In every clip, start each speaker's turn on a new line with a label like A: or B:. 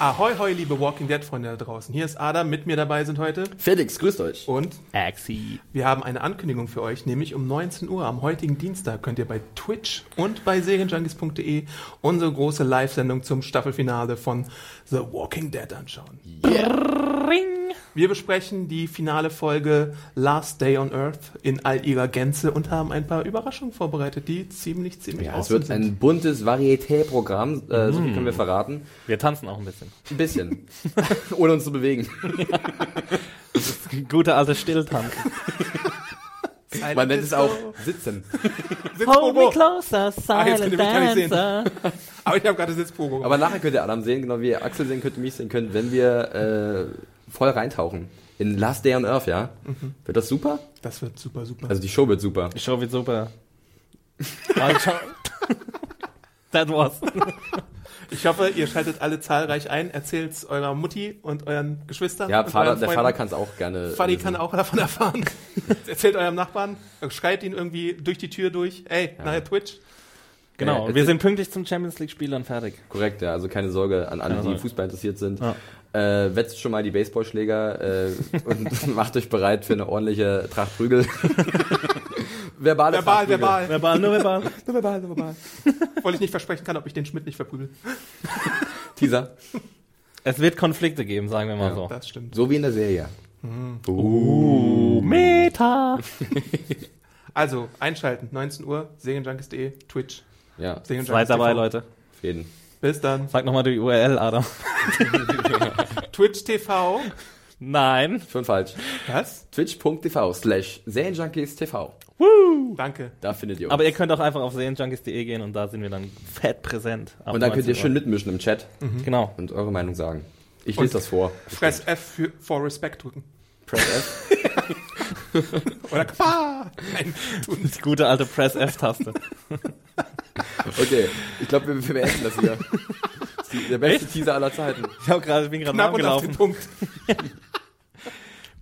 A: Ahoi, hoi, liebe Walking Dead-Freunde da draußen. Hier ist Adam, mit mir dabei sind heute.
B: Felix, grüßt euch.
A: Und
C: Axi.
A: wir haben eine Ankündigung für euch, nämlich um 19 Uhr am heutigen Dienstag könnt ihr bei Twitch und bei serienjunkies.de unsere große Live-Sendung zum Staffelfinale von The Walking Dead anschauen. Wir besprechen die finale Folge Last Day on Earth in all ihrer Gänze und haben ein paar Überraschungen vorbereitet, die ziemlich, ziemlich
B: Ja, es
A: awesome
B: wird ein buntes Varieté-Programm, äh, so viel
C: Mm.
B: können wir verraten.
C: Wir tanzen auch ein bisschen.
B: Ein bisschen. Ohne uns zu bewegen.
C: Gute alte Stilltanzen.
A: sind.
B: Man nennt es auch Sitzen.
C: Hold me closer,
A: Ah, jetzt könnt ihr mich
C: silent
A: gar nicht sehen.
C: dancer.
A: Aber ich habe gerade Sitzpogo gemacht.
B: Aber nachher könnt ihr Adam sehen, genau wie ihr Axel sehen könnt, mich sehen könnt, wenn wir äh, voll reintauchen. In Last Day on Earth, ja?
A: Mhm.
B: Wird das super?
A: Das wird super, super.
B: Also die Show wird super.
C: Die Show wird super. Mal schauen. That was.
A: Ich hoffe, ihr schaltet alle zahlreich ein, erzählt's eurer Mutti und euren Geschwistern.
B: Ja,
A: und
B: Vater,
A: euren
B: der
A: Freunden.
B: Vater kann es auch gerne.
A: Fadi
B: wissen.
A: kann auch davon erfahren. Erzählt eurem Nachbarn, schreit ihn irgendwie durch die Tür durch. Ey, nachher Twitch.
C: Genau, und wir sind pünktlich zum Champions League-Spiel dann fertig.
B: Korrekt, ja. Also keine Sorge an alle, die Fußball interessiert sind.
C: Ja.
B: Äh, wetzt schon mal die Baseballschläger äh, und macht euch bereit für eine ordentliche Tracht Prügel. Verbale
A: Verbal,
B: Tracht Prügel.
A: verbal.
C: Verbal, nur verbal.
A: Nur verbal, nur verbal. Obwohl ich nicht versprechen kann, ob ich den Schmidt nicht verprügel.
B: Teaser.
C: Es wird Konflikte geben, sagen wir mal
B: Oh.
C: so.
A: Das stimmt.
B: So wie in der Serie. Uh.
C: Meta!
A: Also, einschalten. 19 Uhr, serienjunkies.de, Twitch.
B: Ja,
A: serienjunkies
C: Seid dabei,
A: TV.
C: Leute.
B: auf jeden.
A: Bis dann.
C: Sag nochmal die URL, Adam.
A: Twitch TV.
C: Nein.
B: Schon falsch.
A: Was?
B: Twitch.tv slash Serienjunkies TV.
A: Danke.
B: Da findet ihr uns.
C: Aber ihr könnt auch einfach auf sehenjunkies.de gehen und da sind wir dann fett präsent. Ab
B: und dann könnt ihr
C: 19 Uhr.
B: schön mitmischen im Chat
C: Genau.
B: und eure Meinung sagen. Ich
A: Und-
B: lese das vor.
A: Press F für, for Respect drücken.
B: Press F.
A: Oder Qua. Nein, tun
C: Die gute alte Press-F-Taste.
B: Okay, ich glaube, wir, wir beenden das hier. Das ist die- der beste Teaser aller Zeiten.
C: Ich, hab grad, ich bin gerade
A: knapp und auf den
C: nachgelaufen.
A: Punkt.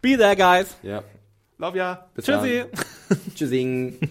C: Be there, guys.
B: Ja.
A: Love ya.
B: Bis
C: Tschüssi.
B: Dann. Tschüssing.